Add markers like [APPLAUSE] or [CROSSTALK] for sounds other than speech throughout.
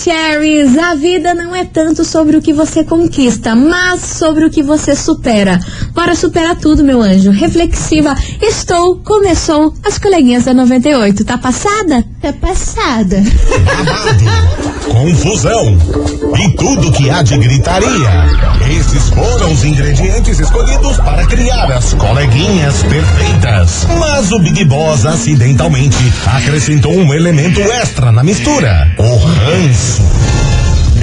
Cherries, a vida não é tanto sobre o que você conquista, mas sobre o que você supera. Para superar tudo, meu anjo, reflexiva, estou, começou as coleguinhas da 98. Tá passada? Tá passada. Confusão e tudo que há de gritaria. Esses foram os ingredientes escolhidos para criar as coleguinhas perfeitas. Mas o Big Boss acidentalmente acrescentou um elemento extra na mistura: o ranço.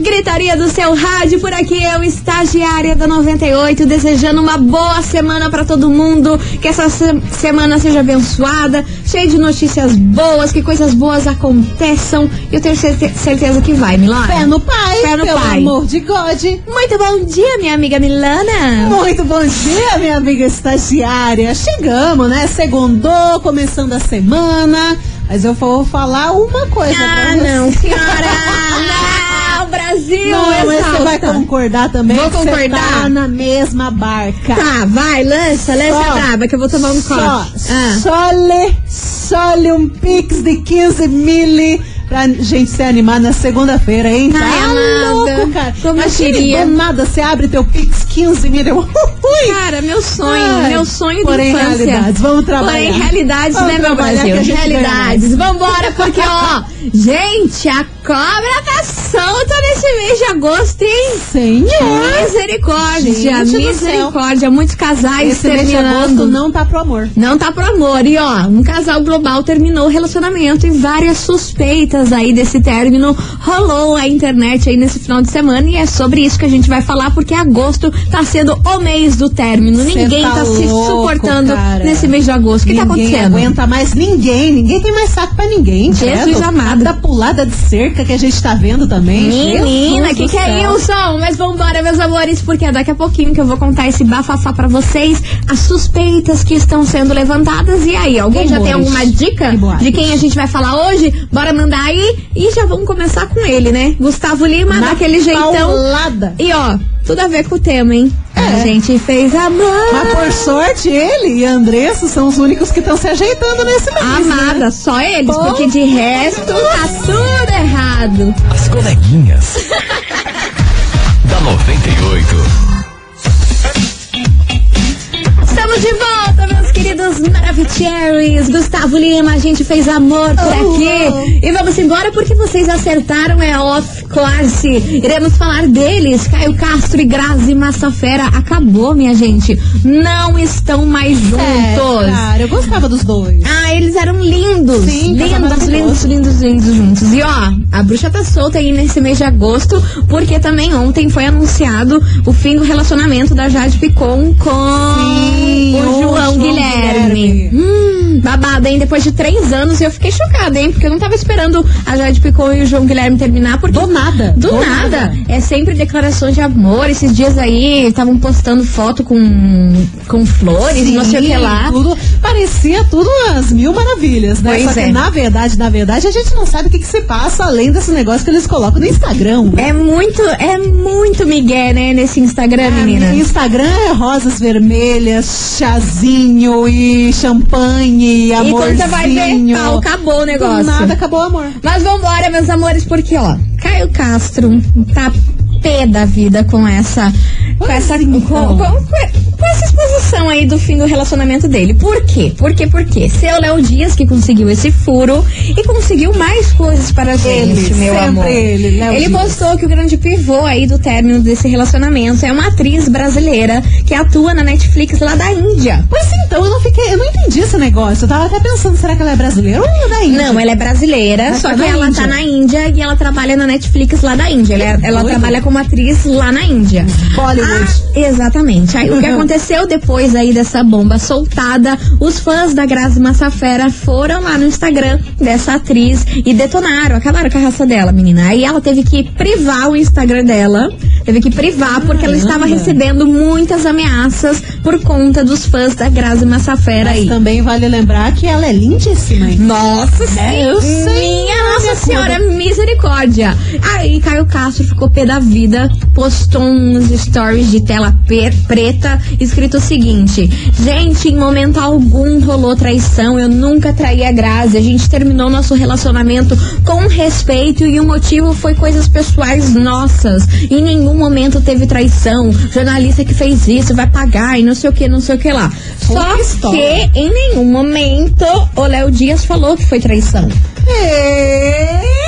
Gritaria do seu rádio, por aqui eu, estagiária da 98, desejando uma boa semana para todo mundo, que essa se semana seja abençoada, cheia de notícias boas, que coisas boas aconteçam. Eu tenho certeza que vai, Milana. Pé no pai, Pé no pelo pai. amor de God. Muito bom dia, minha amiga Milana. Muito bom dia, minha amiga estagiária. Chegamos, né? Segundou, começando a semana. Mas eu vou falar uma coisa pra Ah, você. não, senhora. não, [LAUGHS] Brasil, Não, mas você exalta. vai concordar também. Vou que você concordar. Tá na mesma barca. Tá, vai, lança, lança Só. a braba, que eu vou tomar um copo. Só, Ah. sole, sole um pix de 15 mil pra gente se animar na segunda-feira, hein? Tá Ai, amada, cara. como eu Imagine, queria. do nada você abre teu pix 15 mil. Eu, ui, Cara, meu sonho, Ai, meu sonho de porém infância. realidades, vamos trabalhar. Porém, realidades, Vamos né, meu trabalhar que Brasil? a gente ganha Realidades. Vambora, porque, ó, gente, a cobra tá solta nesse mês de agosto, hein? senhor. Misericórdia, Gente do misericórdia. Muitos casais Esse mês de agosto tá terminando. não tá pro amor. Não tá pro amor. E ó, um casal global terminou o relacionamento e várias suspeitas aí desse término rolou a internet aí nesse final de semana. E é sobre isso que a gente vai falar, porque agosto tá sendo o mês do término. Cê Ninguém tá, tá se louco, suportando cara. nesse mês de agosto. O que tá ninguém acontecendo? aguenta mais ninguém, ninguém tem mais saco pra ninguém. Jesus credo. amado. Da pulada de cerca que a gente tá vendo também. Menina, Jesus que do que é céu. isso? Mas vambora, meus amores, porque é daqui a pouquinho que eu vou contar esse bafafá pra vocês, as suspeitas que estão sendo levantadas. E aí, alguém já tem Rumores. alguma dica E boatos. de quem a gente vai falar hoje? Bora mandar aí e já vamos começar com ele, né? Gustavo Lima, Na daquele jeitão. Paulada. É. E ó, tudo a ver com o tema, hein? A gente fez amor. Mas por sorte, ele e a Andressa são os únicos que estão se ajeitando nesse Ah, mês. Amada, só eles, Pô. porque de resto tá tudo errado. As coleguinhas. [LAUGHS] da 98. Estamos de volta, meus queridos Maravicheries. Gustavo Lima, a gente fez amor por Oh, aqui. E vamos embora porque vocês acertaram, é off classe. Iremos falar deles. Caio Castro e Grazi Massafera. Acabou, minha gente. Não estão mais É, juntos. cara, eu gostava dos dois. Ah, eles eram lindos. Sim, tava lindos, lindos, maravilhoso. lindos, lindos juntos. E ó, a bruxa tá solta aí nesse mês de agosto, porque também ontem foi anunciado o fim do relacionamento da Jade Picon com Sim, o João, Guilherme. Guilherme. Hum, babada, hein? Depois de três anos eu fiquei chocada, hein? Porque eu não tava esperando a Jade Picon e o João Guilherme terminar, porque. Do nada. Do nada. É sempre declarações de amor. Esses dias aí estavam postando foto com, com flores, Sim, não sei o que lá. Tudo, parecia tudo as mil maravilhas, né? Pois Só que, é. na verdade, na verdade, a gente não sabe o que, que se passa além desse negócio que eles colocam no Instagram. né? É muito, é muito migué, né, nesse É, Instagram, menina. Instagram é rosas vermelhas, chazinho e champanhe, E amorzinho. quando você vai ver, pau, acabou o negócio. Do nada acabou o amor. Mas vambora, meus amores, porque, ó, Caio Castro tá pé da vida com essa. Com Pois essa. então. Com, com- com- com essa exposição informação aí do fim do relacionamento dele. Por quê? Por quê? Por quê? Seu Léo Dias que conseguiu esse furo e conseguiu mais coisas para a Ele, gente, meu sempre amor. ele, Léo ele Dias. postou que o grande pivô aí do término desse relacionamento é uma atriz brasileira que atua na Netflix lá da Índia. Pois então, eu não fiquei, eu não entendi esse negócio. Eu tava até pensando, será que ela é brasileira ou é da Índia? Não, ela é brasileira, Mas só tá que na ela Índia. tá na Índia e ela trabalha na Netflix lá da Índia. Ela, ela doido. trabalha como atriz lá na Índia. Bollywood. Uhum. Ah, exatamente. Aí o que aconteceu depois aí dessa bomba soltada, os fãs da Grazi Massafera foram lá no Instagram dessa atriz e detonaram, acabaram com a raça dela, menina. Aí ela teve que privar o Instagram dela, teve que Ah, privar porque ela estava recebendo muitas ameaças por conta dos fãs da Grazi Massafera Mas aí. também vale lembrar que ela é lindíssima, hein? Nossa Né? Eu sei, Minha Nossa Ah, minha Senhora, misericórdia. Aí Caio Castro ficou pé da vida, postou uns stories de tela pe- preta, escrito o seguinte: Gente, em momento algum rolou traição, eu nunca traí a Grazi. A gente terminou nosso relacionamento com respeito e o motivo foi coisas pessoais nossas. Em nenhum momento teve traição. Jornalista que fez isso vai pagar e não sei o que, não sei o que lá. Pouca Só história. que em nenhum momento o Léo Dias falou que foi traição.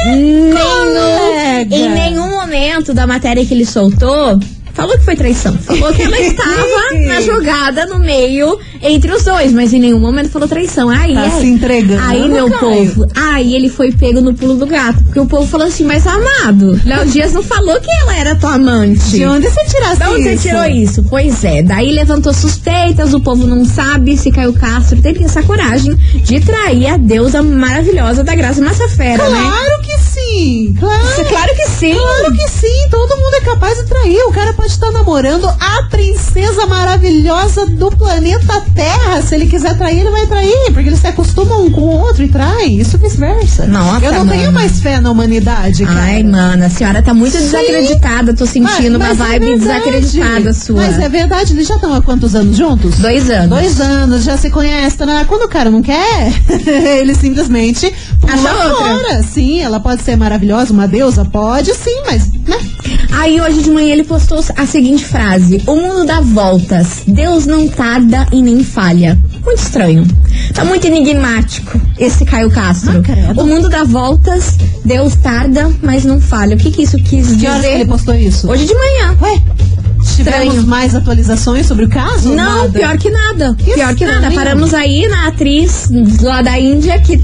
Nenhum, É, Colega. em nenhum momento da matéria que ele soltou, falou que foi traição. Falou [LAUGHS] que ela estava na jogada no meio entre os dois, mas em nenhum momento falou traição. Aí, Tá aí- se entregando, Aí, meu Caio. povo, aí ele foi pego no pulo do gato. Porque o povo falou assim: mas amado, Léo Dias não falou que ela era tua amante. De onde você tirasse Da onde você isso? tirou isso? Pois é, daí levantou suspeitas, o povo não sabe se Caio Castro teve essa coragem de trair a deusa maravilhosa da Graça Massafera, né? Claro que sim, claro. Claro que sim. Claro que sim, todo mundo é capaz de trair. O cara pode estar namorando a princesa maravilhosa do planeta Terra. Se ele quiser trair, ele vai trair, porque eles se acostumam um com o outro e traem. Isso é vice-versa. Nossa, Eu não tenho mano. mais fé na humanidade, cara. Ai, mano, a senhora tá muito Sim. desacreditada. Tô sentindo Mas- uma mas é vibe verdade. desacreditada sua. Mas é verdade, eles já estão há quantos anos juntos? Dois anos. Dois anos, já se conhece, tá? Quando o cara não quer, [LAUGHS] ele simplesmente pula Acha outra. fora. Sim, ela pode ser maravilhosa, uma deusa, pode sim, mas, né? Aí hoje de manhã ele postou a seguinte frase: O mundo dá voltas. Deus não tarda e nem falha. Muito estranho. Tá muito enigmático esse Caio Castro. Ah, credo. o mundo dá voltas, Deus tarda, mas não falha. O que que isso quis dizer? Que horas que ele postou isso? Hoje de manhã. Ué, tivemos Estranho. mais atualizações sobre o caso? Não, Nada. pior que nada. pior que nada. estranho. Paramos aí na atriz lá da Índia que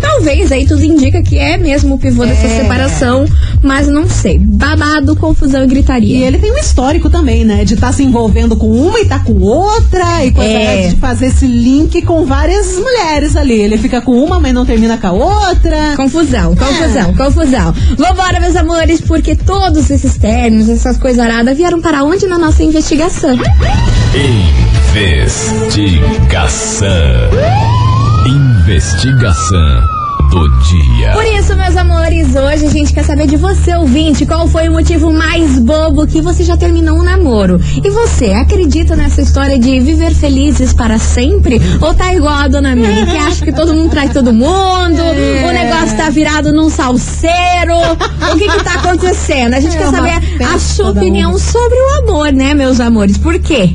talvez aí tudo indica que é mesmo o pivô dessa É. separação, mas não sei. Babado, confusão e gritaria. E ele tem um histórico também, né? De estar se envolvendo com uma e tá com outra, e com essa É. essa de fazer esse link com várias mulheres ali. Ele fica com uma, mas não termina com a outra. Confusão, É. confusão, confusão. Vambora, meus amores, porque todos esses términos, essas coisas aradas, vieram para onde na nossa investigação? Investigação. Investigação do dia. Por isso, meus amores, hoje a gente quer saber de você, ouvinte, qual foi o motivo mais bobo que você já terminou um namoro. E você, acredita nessa história de viver felizes para sempre? Ou tá igual a dona Mimi, que acha que todo mundo trai todo mundo, o negócio tá virado num salseiro? O que que tá acontecendo? A gente É quer uma saber a festa sua da opinião sobre o amor, né, meus amores? Por quê?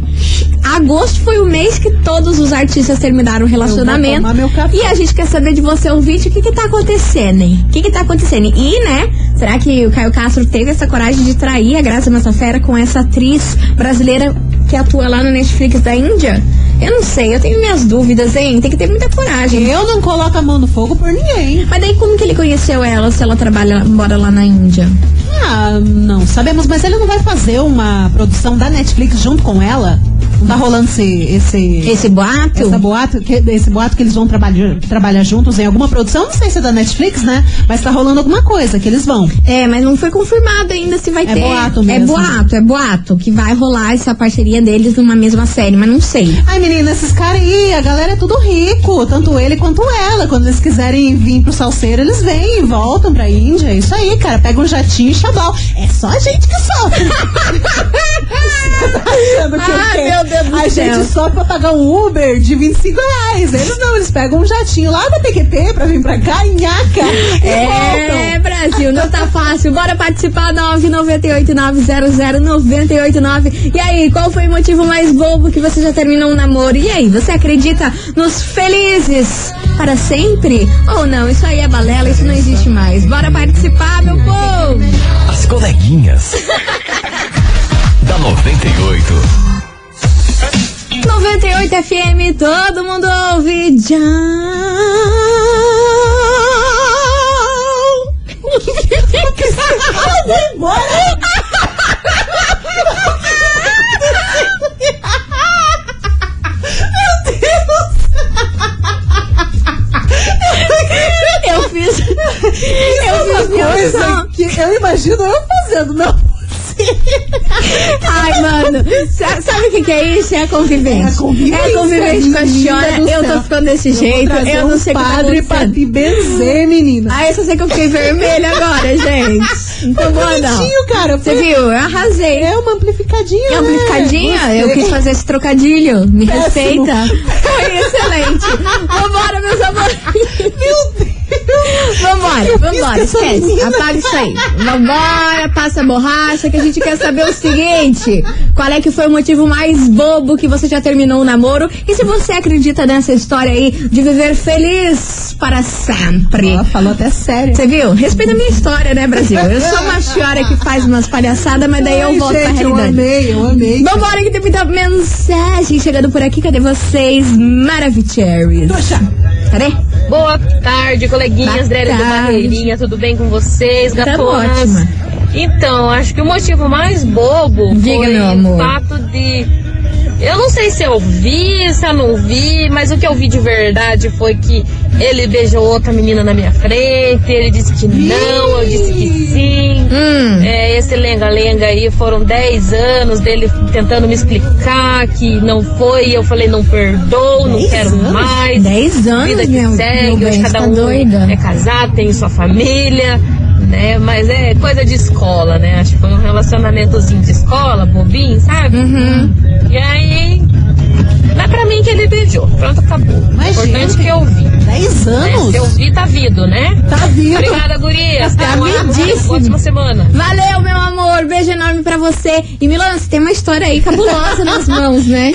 Agosto foi o mês que todos os artistas terminaram o relacionamento. tomar meu café. E a gente quer saber de você, ouvinte, o que que tá acontecendo, hein? O que que tá acontecendo? E, né, será que o Caio Castro teve essa coragem de trair a Graça Massafera com essa atriz brasileira que atua lá no Netflix da Índia? Eu não sei, eu tenho minhas dúvidas, hein? Tem que ter muita coragem. Eu não coloco a mão no fogo por ninguém. Mas daí como que ele conheceu ela se ela trabalha, mora lá na Índia? Ah, não sabemos, mas ele não vai fazer uma produção da Netflix junto com ela? Não tá rolando esse. esse... Esse boato? Essa boato, que, esse boato que eles vão trabalhar, trabalhar juntos em alguma produção, não sei se é da Netflix, né? Mas tá rolando alguma coisa que eles vão. É, mas não foi confirmado ainda se vai É ter. boato É mesmo. boato, é boato. Que vai rolar essa parceria deles numa mesma série, mas não sei. Ai, menina, esses caras aí, a galera é tudo rico, tanto ele quanto ela. Quando eles quiserem vir pro salseiro, eles vêm e voltam pra Índia. É Isso aí, cara, pega um jatinho e xabal. É só a gente que sofre. [LAUGHS] Você tá achando que Ai, o quê? meu Deus do A céu. gente sofre pra pagar um Uber de 25 reais. Eles não, eles pegam um jatinho lá da PQP pra vir pra cá, nhaca, e voltam. É, Brasil, fácil, não tá fácil. Bora participar 998900989. E aí, qual foi o motivo mais bobo que você já terminou um namoro? E aí, você acredita nos felizes para sempre? Ou não? Isso aí é balela, isso não existe mais. Bora participar, meu povo! As coleguinhas. [LAUGHS] da 98. 98 FM, todo mundo ouve. Tchau. Eu fiz. Eu fiz minha opção. que eu imagino eu fazendo, meu. Ai, mano. sa- Sabe o que, que é isso? É a convivência. É a convivência, É a convivência com a menina senhora. do Eu tô céu. ficando desse vou jeito. trazer Eu não sei um o que tá padre pra acontecendo. te benzer, menina. Tá Ah, eu só sei que eu fiquei vermelha agora, gente. [LAUGHS] Então, boa não. bonitinho, cara. Você Foi- viu? Eu arrasei. É uma amplificadinha, É né? amplificadinha? Você- Eu quis fazer esse trocadilho. Me Péssimo. respeita. Foi excelente. Vambora, meus amores. Meu Deus. Vambora, Eu fiz vambora. com essa Esquece. menina? Apaga isso aí. Vambora, passa a borracha, que a gente quer saber o seguinte: qual é que foi o motivo mais bobo que você já terminou o namoro? E se você acredita nessa história aí de viver feliz para sempre? Ela falou até sério. Você viu? Respeita a minha história, né, Brasil? Eu sou uma senhora que faz umas palhaçadas, mas daí eu Ai, volto pra gente, eu realidade. amei, eu amei. Vambora que tem muita mensagem chegando por aqui. Cadê vocês, Maravicheries? Poxa, Cadê? Boa tarde, Boa coleguinhas, Drélio do tarde. Barreirinha, tudo bem com vocês, Tamo gatonas? ótima. Então, acho que o motivo mais bobo Diga, foi meu amor. o fato de. Eu não sei se eu vi, se eu não vi, mas o que eu vi de verdade foi que ele beijou outra menina na minha frente, ele disse que não, eu disse que sim. Hum. É, esse lenga-lenga aí foram 10 anos dele tentando me explicar que não foi, e eu falei, não perdoo, não 10 quero anos? mais. 10 vida anos, que meu, segue, meu hoje bem, cada tá um doida. é casado, tem sua família, né? Mas é coisa de escola, né? Acho que foi um relacionamentozinho de escola, bobinho, sabe? Hum. Uhum. E aí, não é pra mim que ele beijou. Pronto, acabou. Mas, Importante gente, que eu vi. né? 10 anos? Se eu vi, tá vindo, né? [LAUGHS] Tá vindo. Obrigada, gurias. Tá Um abraço, vidíssimo. Ótima semana. Valeu, meu amor. Beijo enorme pra você. E Milan, você tem uma história aí cabulosa [LAUGHS] nas mãos, né?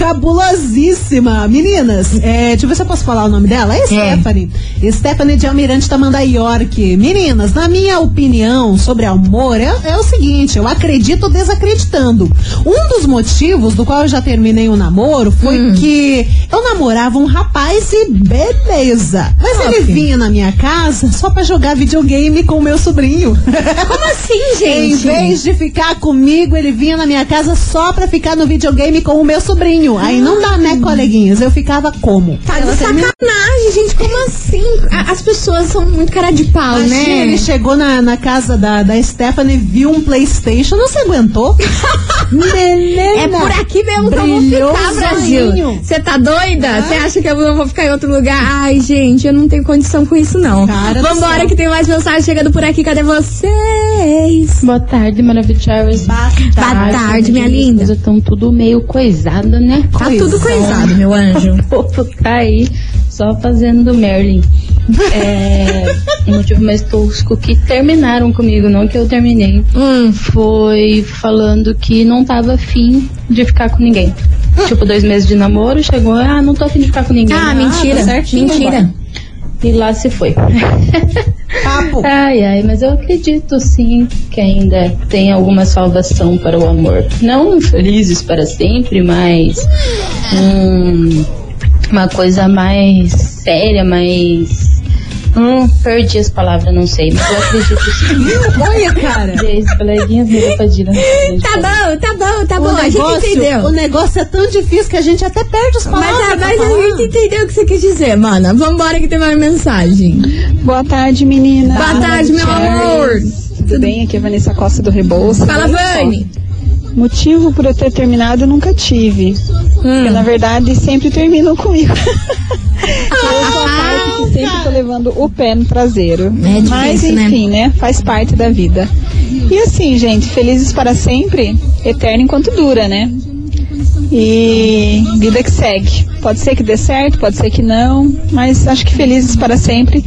Cabulosíssima. Meninas, é, deixa eu ver se eu posso falar o nome dela. É Stephanie. Stephanie de Almirante Tamanda York. Meninas, na minha opinião sobre amor, é, é o seguinte: eu acredito desacreditando. Um dos motivos do qual eu já terminei o namoro foi que eu namorava um rapaz e beleza. Mas ele vinha na minha casa só pra jogar videogame com o meu sobrinho. Como assim, Em gente? vez de ficar comigo, ele vinha na minha casa só pra ficar no videogame com o meu sobrinho. Aí não dá, né, coleguinhas? Eu ficava como? Tá de Ela termina- sacanagem, gente. Como assim? A- As pessoas são muito cara de pau, Imagina, né? ele chegou na, na casa da, da Stephanie, viu um Playstation, não se [LAUGHS] aguentou. né? Menina! É por aqui mesmo que eu vou brilhou ficar, o Brasil. zoinho. Você tá doida? Você acha que eu não vou ficar em outro lugar? Ai, gente, eu não tenho condição com isso, não. Cara do Vambora céu. que tem mais mensagem chegando por aqui. Cadê vocês? Boa tarde, maravilhosos. Batata. Boa tarde, minha linda. Estão um tudo meio coisado, né? [LAUGHS] Tá Coisa. tudo coisado, meu anjo. O povo tá aí só fazendo Merlin. É, [LAUGHS] o motivo mais tosco que terminaram comigo, não que eu terminei, Hum. foi falando que não tava afim de ficar [LAUGHS] com ninguém. Tipo, dois meses de namoro, chegou, ah, não tô afim de ficar com ninguém. Ah, mentira. tá certinho, mentira. vambora. E lá se foi. [LAUGHS] Papo. Ai, ai, mas eu acredito sim que ainda tem alguma salvação para o amor. Não felizes para sempre, mas hum, uma coisa mais séria, mais. Hum, perdi as palavras, não sei, mas eu acredito sim. Olha, cara. Beijo, coleguinhas, minha padilha. Tá bom, tá bom, tá bom. o, a gente negócio, é entendeu. o negócio é tão difícil que a gente até perde as Mas, palavras. tá ah, pra mas a falar. gente entendeu o que você quis dizer, mana. Vambora que tem mais mensagem. Boa tarde, menina. Boa tarde, meu amor. Tudo bem? Aqui é Vanessa Costa do Rebouça. Fala, Vani. Motivo por eu ter terminado eu nunca tive. Porque, na verdade, sempre terminam comigo. eu sou a parte Então que sempre tô levando o pé no traseiro. É difícil, Mas, enfim, né? Faz parte da vida. E assim, gente, felizes para sempre, eterno enquanto dura, né? E vida que segue. Pode ser que dê certo, pode ser que não, mas acho que felizes para sempre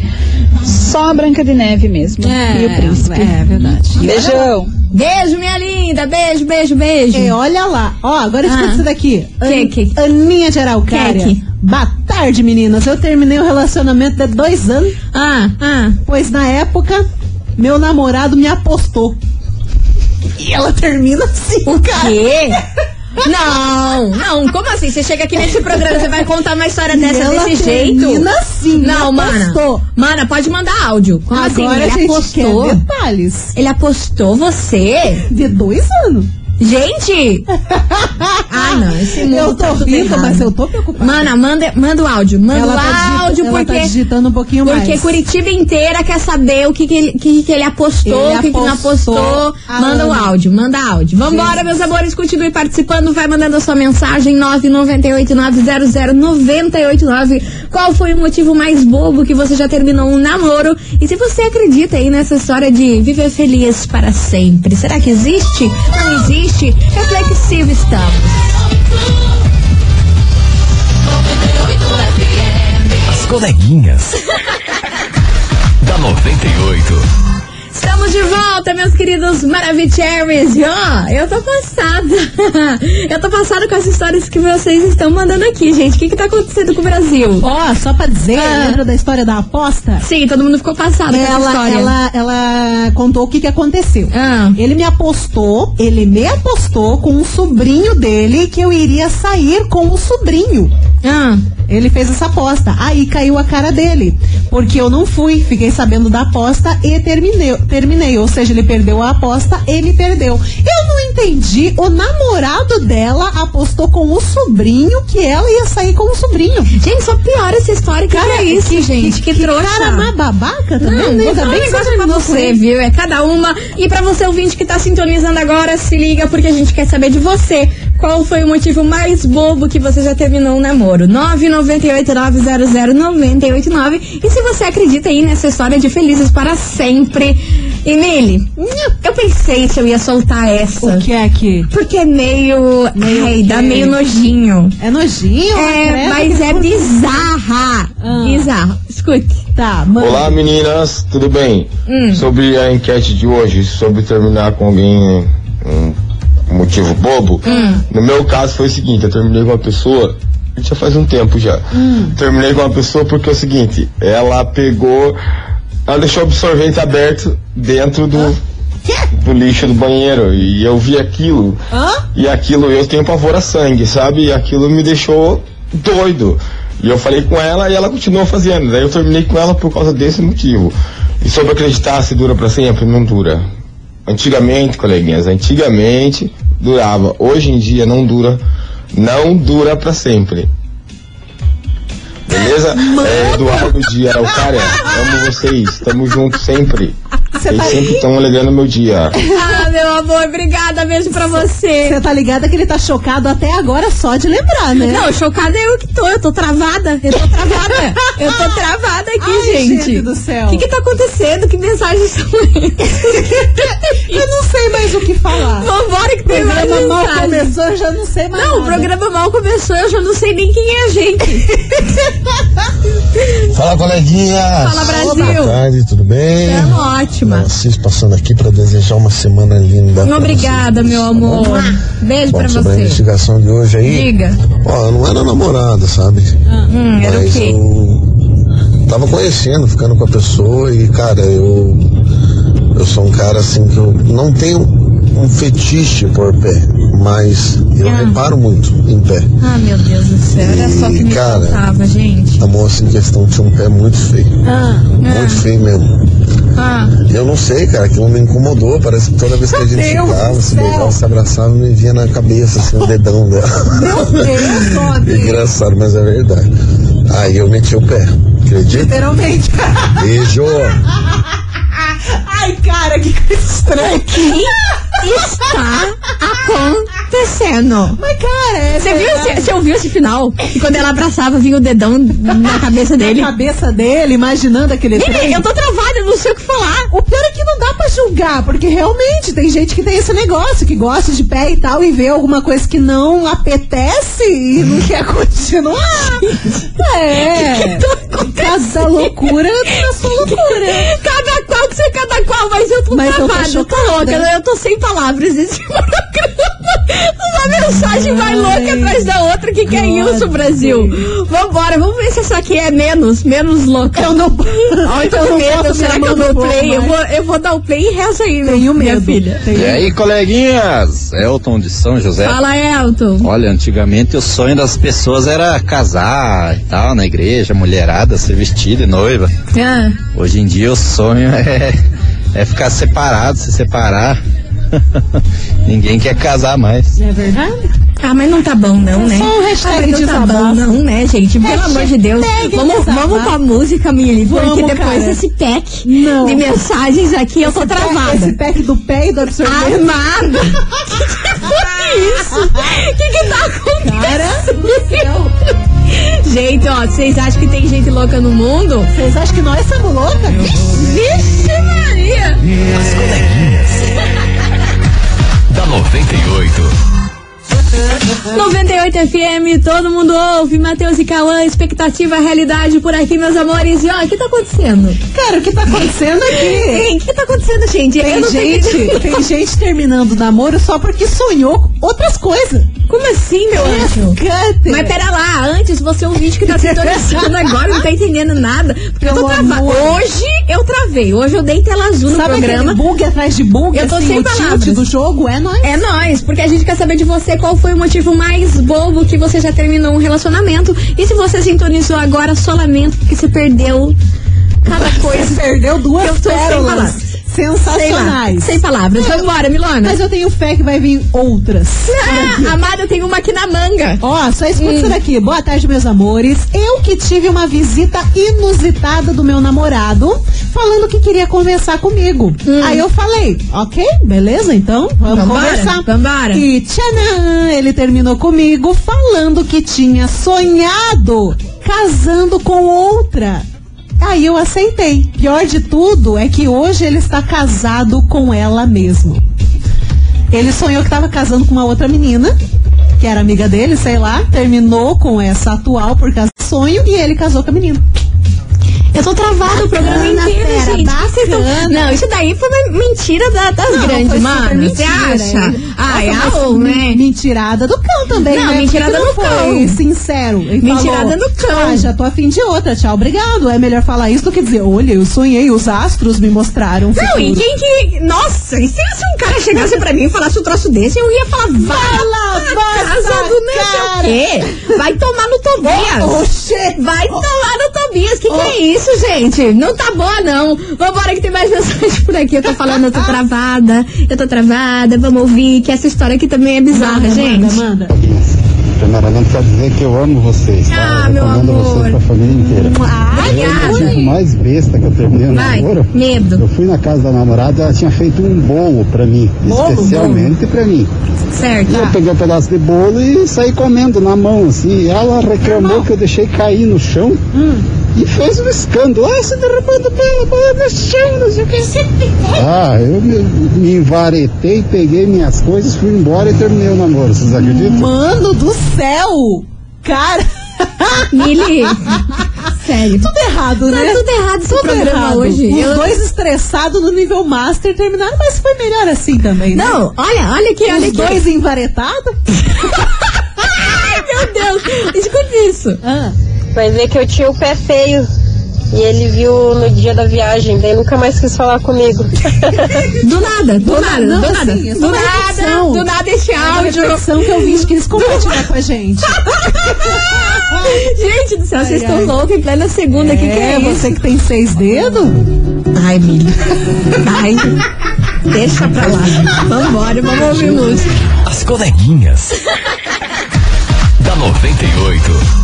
Só a Branca de Neve mesmo. e o príncipe. É verdade. Beijão. Beijo, minha linda. Beijo, beijo, beijo. E olha lá, ó, agora escuta Ah. isso daqui. An- Que- que- Aninha de Araucária. Que- que- Boa tarde, meninas. Eu terminei o relacionamento de dois anos, Ah, ah. pois na época meu namorado me apostou. E ela termina assim, cara. Quê? Não, não, como assim? Você chega aqui nesse programa, você vai contar uma história E dessa ela desse jeito? termina assim, me Não, mana. apostou. Mana, pode mandar áudio. Como assim? Agora a Ele gente apostou. quer detalhes. Ele apostou você? De dois anos. Gente! Ah, não, esse mundo eu tá tô tudo rindo, errado. mas eu tô preocupada. Mana, manda, manda o áudio. Manda ela o tá digi- áudio, ela porque, tá digitando um pouquinho mais. porque Curitiba inteira quer saber o que, que, ele, que, que ele apostou, Ele o que, que não apostou. apostou. Ah, Manda o Ana. áudio, manda áudio. Vambora, meus amores, continue participando. Vai mandando a sua mensagem, 998-900-989. Qual foi o motivo mais bobo que você já terminou um namoro? E se você acredita aí nessa história de viver feliz para sempre, será que existe? Não existe? Reflexivo estamos. As coleguinhas. [LAUGHS] da 98. Estamos de volta, meus queridos Maravicheries. E ó, eu tô passada. [LAUGHS] Eu tô passada com as histórias que vocês estão mandando aqui, gente. O que que tá acontecendo com o Brasil? Ó, só pra dizer, Ah. lembra da história da aposta? Sim, todo mundo ficou passado com essa Ela, história. ela, ela contou o que, que aconteceu. Ah. Ele me apostou, ele me apostou com um sobrinho dele que eu iria sair com o sobrinho. Ah, Ele fez essa aposta. Aí caiu a cara dele. Porque eu não fui, fiquei sabendo da aposta e terminei. terminei. Ou seja, ele perdeu a aposta, ele perdeu. Eu não entendi. O namorado dela apostou com o sobrinho que ela ia sair com o sobrinho. gente, só piora essa história. Que cara, é isso, gente? Que, trouxa. Cara, uma babaca também, Não, né? vou Ainda falar bem um que você negócio pra terminou com você, ele. viu? É cada uma. E pra você ouvinte que tá sintonizando agora, se liga porque a gente quer saber de você. Qual foi o motivo mais bobo que você já terminou um namoro? 998-900-989. E se você acredita aí nessa história de felizes para sempre. Emile, eu pensei se eu ia soltar essa. O que é que? Porque é meio. Meio ai, dá quê? meio nojinho. É nojinho? né? É, credo, mas que é coisa. bizarra. Bizarra. Escute. Tá, mano. Olá meninas, tudo bem? Sobre a enquete de hoje, sobre terminar com alguém um motivo bobo, no meu caso foi o seguinte, eu terminei com uma pessoa, já faz um tempo já. Terminei com uma pessoa porque é o seguinte, ela pegou, ela deixou o absorvente aberto dentro do, do lixo do banheiro. E eu vi aquilo. E aquilo, eu tenho pavor a sangue, sabe? E aquilo me deixou doido. E eu falei com ela e ela continuou fazendo. Daí eu terminei com ela por causa desse motivo. E sobre acreditar se dura pra sempre, não dura. Antigamente, coleguinhas, antigamente durava. Hoje em dia não dura. Não dura pra sempre. Beleza? É Eduardo de Araucária. Amo vocês. Tamo junto sempre. tá Vocês sempre estão alegrando meu dia. Ah, meu amor, obrigada. Beijo pra você. Você tá ligada que ele tá chocado até agora só de lembrar, né? Não, chocada é eu que tô. Eu tô travada. Eu tô travada. eu tô travada aqui, Ai, gente. gente do céu. O que que tá acontecendo? Que mensagens são essas? [LAUGHS] Eu não sei mais o que falar. Vambora que O tem mais programa mal mensagens. começou, eu já não sei mais Não, o nada. programa mal começou. Eu já não sei nem quem é a gente. Fala coleguinhas! Fala, Brasil. Boa tarde, tudo bem? Tamo Tá ótima. Vocês passando aqui para desejar uma semana linda. pra Obrigada, vocês, meu tá amor. bom? Beijo Bom, pra sobre a você. investigação de hoje aí. Diga. Ó, eu não era namorada, sabe? Hum, era o Mas quê? eu tava conhecendo, ficando com a pessoa e, cara, eu. Eu sou um cara assim que eu não tenho um fetiche por pé, mas É. eu Ah. reparo muito em pé. Ah, meu Deus do céu. Era só que me Cara. faltava, gente. A moça em questão tinha um pé muito feio, Ah, muito feio mesmo. ah, Eu não sei, cara, aquilo me incomodou. Parece que toda vez que a gente Meu ficava, se céu. beijava, se abraçava, me vinha na cabeça, assim, o dedão dela. [LAUGHS] Meu Deus, sobe. Engraçado, mas é verdade. Aí eu meti o pé, acredita? Literalmente. Beijo! [LAUGHS] Ai, cara, que coisa estranha. que está acontecendo? Mas, cara, é Você viu? esse- Você ouviu esse final? E quando ela abraçava, vinha o dedão na cabeça a dele. cabeça dele imaginando aquele Ele, eu tô travada, eu não sei o que falar. O pior é que não dá pra julgar, porque realmente tem gente que tem esse negócio, que gosta de pé e tal, e vê alguma coisa que não apetece e não quer [LAUGHS] continuar. É. tá Cada [LAUGHS] loucura tá na sua loucura. Cada qual que você é cada qual, mas eu tô Mas eu tô travada, eu tô chocada. louca, né? eu tô sem palavras nesse programa. Uma mensagem vai louca atrás da outra, que que é isso, Brasil? Vambora, vamos ver se essa aqui é menos, menos louca. Eu não. Ai, tô eu com não medo, posso, será minha que eu mão não dou voa play? Eu mais. vou, eu vou dar o play e reza aí, meu- Tenho medo. minha filha. Tenho E aí, coleguinhas? Elton de São José. Fala, Elton. Olha, antigamente o sonho das pessoas era casar e tal, na igreja, mulherada, ser vestida e noiva. Ah, Hoje em dia o sonho [LAUGHS] é, é ficar separado, se separar. [LAUGHS] Ninguém quer casar mais. É verdade? Ah, mas não tá bom não, né? Só um Ah, hashtag mas não tá desabafo. bom não, né, gente? Pelo Hashtag amor de Deus. Vamos, desabafo. vamos com a música, Mili, porque Vamos, depois cara. desse pack Não. de mensagens aqui eu tô travada. Esse pack do pé e do Ah. absorvente. [LAUGHS] Armada? [LAUGHS] que que foi isso? O que que tá acontecendo? Gente, ó, vocês acham que tem gente louca no mundo? Vocês acham que nós somos loucas? Vixe Maria! As coleguinhas. da 98. 98 FM, todo mundo ouve, Matheus e Cauã, expectativa, realidade por aqui, meus amores. E ó, o que tá acontecendo? Cara, o que tá acontecendo [LAUGHS] aqui? Ei, O que tá acontecendo, gente? Eu Tem não tô gente, entendendo. tem gente terminando o namoro só porque sonhou outras coisas. Como assim, meu anjo? Câncer. Mas pera lá, antes você ouvinte que tá sintonizando agora, não tá entendendo nada. Porque eu Pelo tô travada. amor. Hoje eu travei. Hoje eu dei tela azul no Sabe programa. aquele bug atrás de bug? Eu tô assim, sem o palavras. tilt do jogo é nós. É nóis, porque a gente quer saber de você qual foi o motivo mais bobo que você já terminou um relacionamento. E se você sintonizou agora, só lamento porque você perdeu cada coisa. Perdeu Eu duas tô sem pérolas palavras. Sei lá, sensacionais. sem palavras. Vamos embora, Milona. Mas eu tenho fé que vai vir outras. Ah, amada, eu tenho uma aqui na manga. Ó, só escuta Hum. isso daqui. Boa tarde, meus amores. Eu que tive uma visita inusitada do meu namorado, falando que queria conversar comigo. Hum. Aí eu falei, ok, beleza, então vamos Vambora, conversar. vambora. E tchanã, ele terminou comigo falando que tinha sonhado casando com outra. Aí eu aceitei. Pior de tudo é que hoje ele está casado com ela mesmo. Ele sonhou que tava casando com uma outra menina, que era amiga dele, sei lá, terminou com essa atual por causa do sonho e ele casou com a menina. Eu tô travada o programa Bacana, inteiro, fera, gente. bacana. Vocês tão- Não, isso daí foi uma mentira da- das Não, foi grandes, super mano. Você mentira, acha? Ah, hein? Ai, Nossa, mas au, men- né? Mentirada do cão também, Não, né? mentirada Por que que do não cão. Foi sincero. Ele Mentirada falou, do cão. Ah, já tô afim de outra, tchau, obrigado. É melhor falar isso do que dizer, olha, eu sonhei, os astros me mostraram. o Não, futuro." e quem que. Nossa, e se se um cara chegasse pra mim e falasse um troço desse, eu ia falar, vai Fala, lá, vai, casa do não cara. Oh, sei o quê. Vai tomar no Tobias. Oxê, Vai tomar no Tobias. Que que é Oh. isso, gente? Não tá boa, não. Vambora que tem mais [LAUGHS] mensagem por aqui. Eu tô falando, [LAUGHS] eu tô travada. Eu tô travada. Vamos ouvir que essa história aqui também é bizarra, Manda, gente. manda, manda. Primeiramente, quero dizer que eu amo vocês. Ah, meu Recomendo vocês amor. pra família inteira. Obrigada. O mais besta que eu terminei o Vai, namoro, medo, eu fui na casa da namorada ela tinha feito um bolo pra mim, Bolo, Tá. especialmente pra mim. certo. E eu peguei um pedaço de bolo e saí comendo na mão, assim. E ela reclamou que eu deixei cair no chão Hum. e fez um escândalo. Ah, você derrubando bolo, bolo no chão, não sei o que. Ah, eu me, me envaretei, peguei minhas coisas, fui embora e terminei o namoro, vocês acreditam? Mano do céu! Cara, [LAUGHS] Mili, [LAUGHS] sério. tudo errado, Tá né? né? tudo errado esse Tudo programa errado. hoje. Os Eu- dois estressados no nível master terminaram, mas foi melhor assim também, né? Não, olha, olha aqui, olha Os aqui. dois envaretados? Ai, [LAUGHS] meu Deus. Escuta isso. Ah. Vai ver que eu tinha o pé feio. E ele viu no dia da viagem, daí nunca mais quis falar comigo. Do nada, do nada, do não, nada. assim, é só Do uma nada, reflexão. do nada esse A áudio. reflexão que eu vi que eles compartilharam com a gente. Tá Gente do céu, vocês Ai, estão ai. loucos em plena segunda. O que, que é é, isso? você que tem seis dedos? Ai, Mili. Ai. Deixa pra lá. Vambora, vamos ouvir música. As coleguinhas. da 98.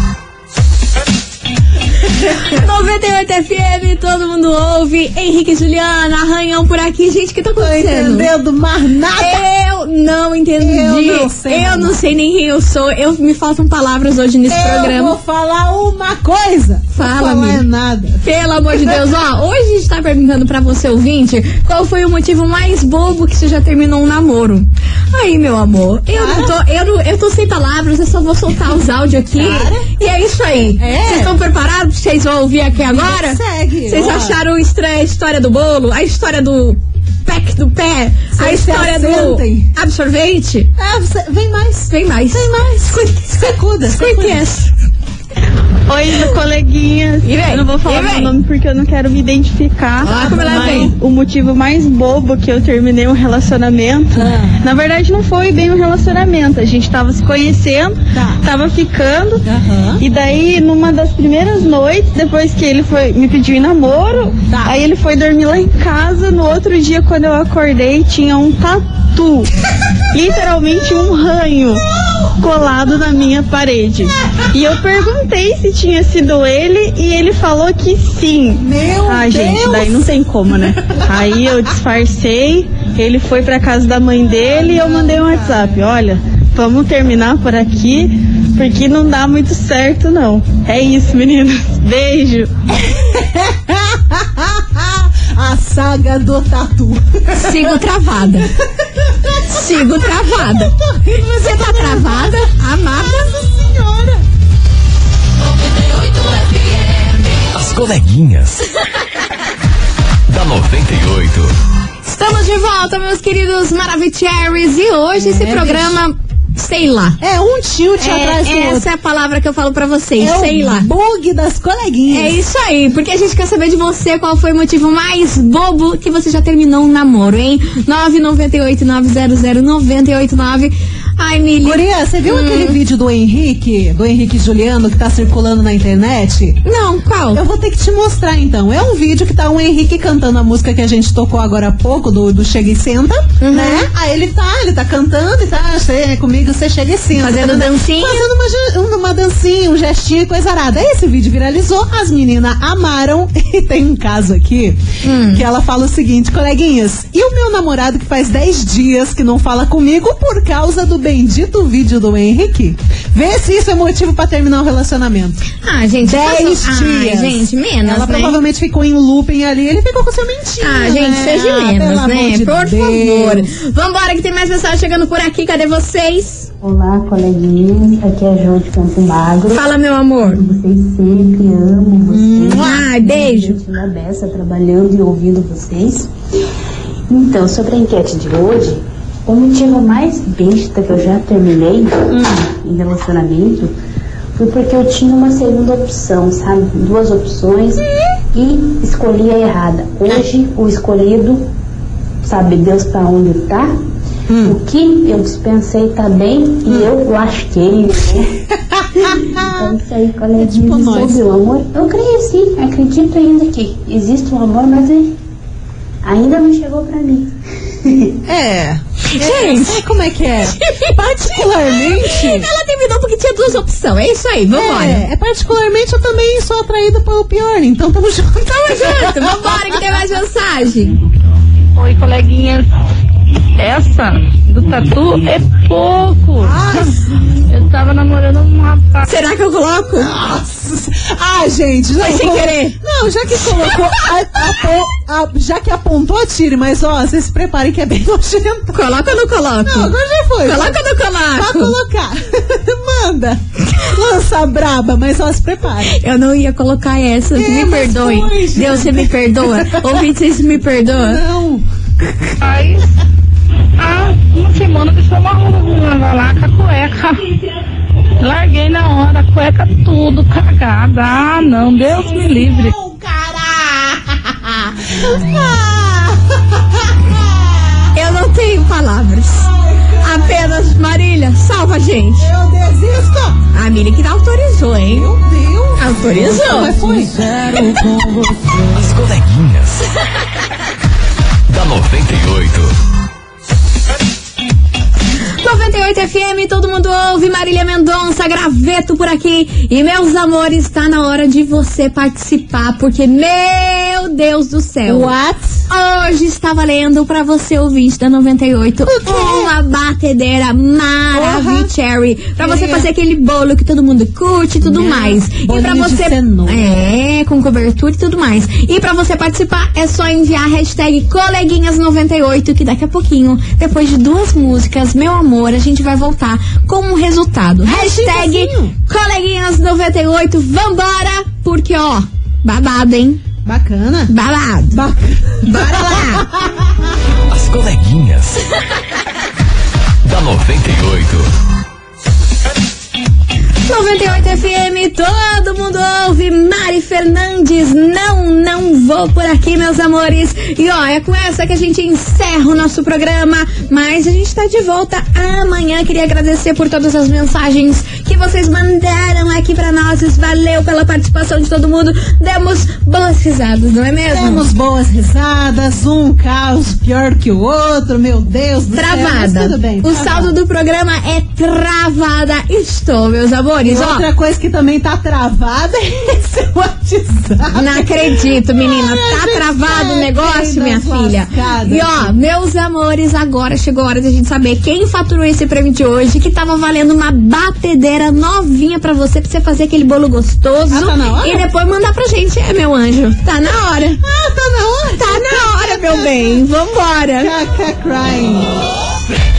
98 FM, todo mundo ouve. Henrique e Juliana, arranhão por aqui. Gente, o que tá Tô acontecendo? entendendo mais nada. Eu não entendi. Eu não sei. Eu não sei nem quem eu sou. Eu, me faltam palavras hoje nesse Eu programa. vou falar uma coisa. Fala, Não amiga. é nada. Pelo amor de Deus, ó, hoje a gente tá perguntando pra você, ouvinte, qual foi o motivo mais bobo que você já terminou um namoro. Aí, meu amor, eu não tô, eu, não- eu tô sem palavras, eu só vou soltar os áudios aqui. E é isso aí. É. Vocês estão preparados? Vocês vão ouvir aqui agora? Segue. Vocês Ó. acharam estranha a história do bolo, a história do pack do pé, a Vocês se história do assentem. absorvente? Ah, você- vem mais. Vem mais. Vem mais. Secuda, secuda. Conhece. Oi, coleguinhas. E vem? Eu não vou E falar vem? meu nome porque eu não quero me identificar. Ah, como ela mas vem. o motivo mais bobo que eu terminei um relacionamento, Ah. na verdade não foi bem um relacionamento. A gente tava se conhecendo, Tá. tava ficando. Aham. E daí, numa das primeiras noites, depois que ele foi me pediu em namoro, Tá. aí ele foi dormir lá em casa. No outro dia, quando eu acordei, tinha um [LAUGHS] tatu. literalmente um ranho colado na minha parede. E eu perguntei se tinha sido ele e ele falou que sim. Meu Ai, Deus. gente, daí não tem como, né? Aí eu disfarcei, ele foi pra casa da mãe dele e eu mandei um WhatsApp. Olha, vamos terminar por aqui, porque não dá muito certo, não. É isso, meninos. Beijo. A saga do tatu. Sigo travada. [LAUGHS] [LAUGHS] Sigo travada. Você tá travada? Amada? Nossa senhora. As coleguinhas. [LAUGHS] da 98. Estamos de volta, meus queridos Maravicheries. E hoje esse programa, sei lá. É um tilt atrás do É, outro. essa é a palavra que eu falo pra vocês, é sei o lá. bug das coleguinhas. É isso aí, porque a gente quer saber de você qual foi o motivo mais bobo que você já terminou um namoro, hein? 998-900-989. Ai, Mili. Guria, você Hum. viu aquele vídeo do Henrique, do Henrique Juliano, que tá circulando na internet? Não, qual? Eu vou ter que te mostrar então. É um vídeo que tá o Henrique cantando a música que a gente tocou agora há pouco, do, do Chega e Senta, Uhum. né? Aí ele tá, ele tá cantando e tá, "Cê- comigo você chega e senta. Fazendo dancinha. Fazendo uma, ge- uma dancinha, um gestinho e coisa arada. Aí Esse vídeo viralizou, as meninas amaram. [LAUGHS] E tem um caso aqui Hum. que ela fala o seguinte, coleguinhas, e o meu namorado que faz 10 dias que não fala comigo por causa do bendito vídeo do Henrique? Vê se isso é motivo pra terminar o relacionamento. Ah, gente, 10 façam- dias. Ai, gente, menos, Ela né? provavelmente ficou em um looping ali, ele ficou com seu mentinho. Ah, gente, né? seja Ah, menos, pelo né? amor de Por Deus. favor. Vambora, que tem mais pessoal chegando por aqui. Cadê vocês? Olá, coleguinhas. Aqui é a Jô de Campo Magro. Fala, meu amor. Vocês sempre amo vocês. Ai, beijo. Gente, na beça, trabalhando e ouvindo vocês. Então, sobre a enquete de hoje, o motivo mais besta que eu já terminei em relacionamento foi porque eu tinha uma segunda opção, sabe? Duas opções e escolhi a errada. Hoje, o escolhido, sabe Deus pra onde tá? O que eu dispensei tá bem e eu lasquei, né? Então, isso aí, coleguinha, tipo nós. sobre o amor. Eu creio sim, acredito ainda que existe um amor, mas é- ainda não chegou pra mim. É. Gente. Sabe como é que é? Particularmente. Ela terminou porque tinha duas opções. É isso aí, vambora. É, é particularmente eu também sou atraída pelo pior, então tamo junto. Tamo junto, vambora então. que tem mais mensagem. Oi, coleguinhas. Essa do tatu é pouco. Eu tava namorando um rapaz. Será que eu coloco? Ah, gente, já Foi sem colo- querer. Não, já que colocou, a- apo- a- já que apontou, atire, mas ó, vocês se preparem que é bem nojento. Coloca ou não coloco? Não, agora já foi. Coloca ou não Pra coloco? colocar. [LAUGHS] Manda. Lança a braba, mas só se prepare. Eu não ia colocar essa, É, me mas perdoem. foi, gente. Deus, você [LAUGHS] me perdoa. Ouvinte, vocês me perdoam? Não. Há Ah, uma semana deixou uma rola lá com a cueca. Larguei na hora, a cueca tudo cagada. Ah, não, Deus me livre. Não, cara! Ah, Eu não tenho palavras. Apenas, Marília, salva a gente. eu desisto! A Miriam que autorizou, hein? Meu Deus! Autorizou. Mas foi. As coleguinhas. da 98. 98 FM, todo mundo ouve. Marília Mendonça, graveto por aqui. E meus amores, tá na hora de você participar, porque, meu Deus do céu. What? Hoje está valendo pra você, ouvinte da 98, uma batedeira maravicherry. Pra você fazer aquele bolo que todo mundo curte e tudo mais. E pra É. bolinho de você. É, com cobertura e tudo mais. E pra você participar, é só enviar a hashtag coleguinhas98, que daqui a pouquinho, depois de duas músicas, meu amor, a gente vai voltar com um resultado. Hashtag coleguinhas98, vambora! Porque, ó, babado, hein? Bacana. Babado. Bora lá! As coleguinhas. da 98. 98 FM, todo mundo ouve. Mari Fernandes, não, não vou por aqui, meus amores. E ó, é com essa que a gente encerra o nosso programa. Mas a gente tá de volta amanhã. Queria agradecer por todas as mensagens que vocês mandaram aqui pra nós. Valeu pela participação de todo mundo. Demos boas risadas, não é mesmo? Temos boas risadas, um caos pior que o outro, meu Deus do céu. mas Travada. Tudo bem. tá o saldo do programa é travada. Estou, meus amores. E ó. outra coisa que também tá travada [LAUGHS] é esse WhatsApp. Não acredito, menina. Ai, Tá gente, travado o negócio, quem minha das filha. lascadas? E ó, meus amores, agora chegou a hora de a gente saber quem faturou esse prêmio de hoje, que tava valendo uma batedeira novinha pra você, pra você fazer aquele bolo gostoso. Ah, tá na hora? E depois mandar pra gente. É, meu anjo. Tá na hora. Ah, tá na hora. Tá na hora, meu bem. Vambora. Caca crying.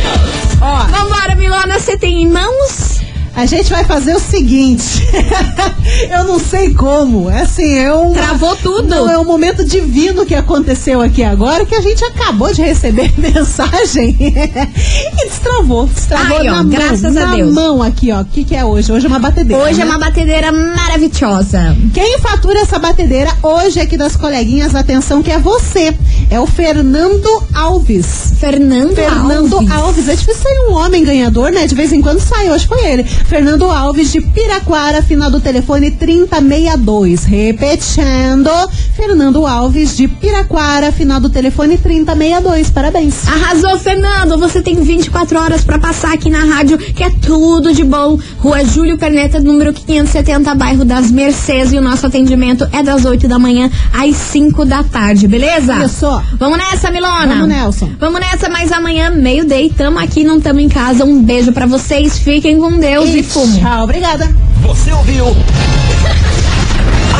Ó, Vambora, Milona. Você tem mãos? a gente vai fazer o seguinte. [LAUGHS] eu não sei como. é Assim, eu. Travou tudo. Não, é um momento divino que aconteceu aqui agora, que a gente acabou de receber [LAUGHS] mensagem e destravou. Destravou Ai, ó, na mão. graças a na Deus. mão aqui, ó. O que, que é hoje? Hoje é uma batedeira. Hoje né? é uma batedeira maravilhosa. Quem fatura essa batedeira hoje aqui das coleguinhas, atenção que é você. É o Fernando Alves. Fernando, Fernando Alves. É difícil sair um homem ganhador, né? De vez em quando sai, hoje foi ele. Fernando Alves de Piraquara, final do telefone 3062. Repetindo, Fernando Alves de Piraquara, final do telefone 3062. Parabéns. Arrasou, Fernando! Você tem 24 horas pra passar aqui na rádio, que é tudo de bom. Rua Júlio Perneta, número 570, bairro das Mercedes. E o nosso atendimento é das 8 da manhã às 5 da tarde, beleza? Isso. Vamos nessa, Milona? Vamos, Nelson. Vamos nessa, mas amanhã, meio-day, tamo aqui, não tamo em casa. Um beijo pra vocês, fiquem com Deus e, fumo. Tchau, obrigada. Você ouviu?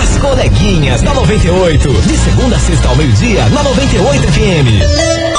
As coleguinhas da 98. De segunda a sexta ao meio-dia, na 98 FM.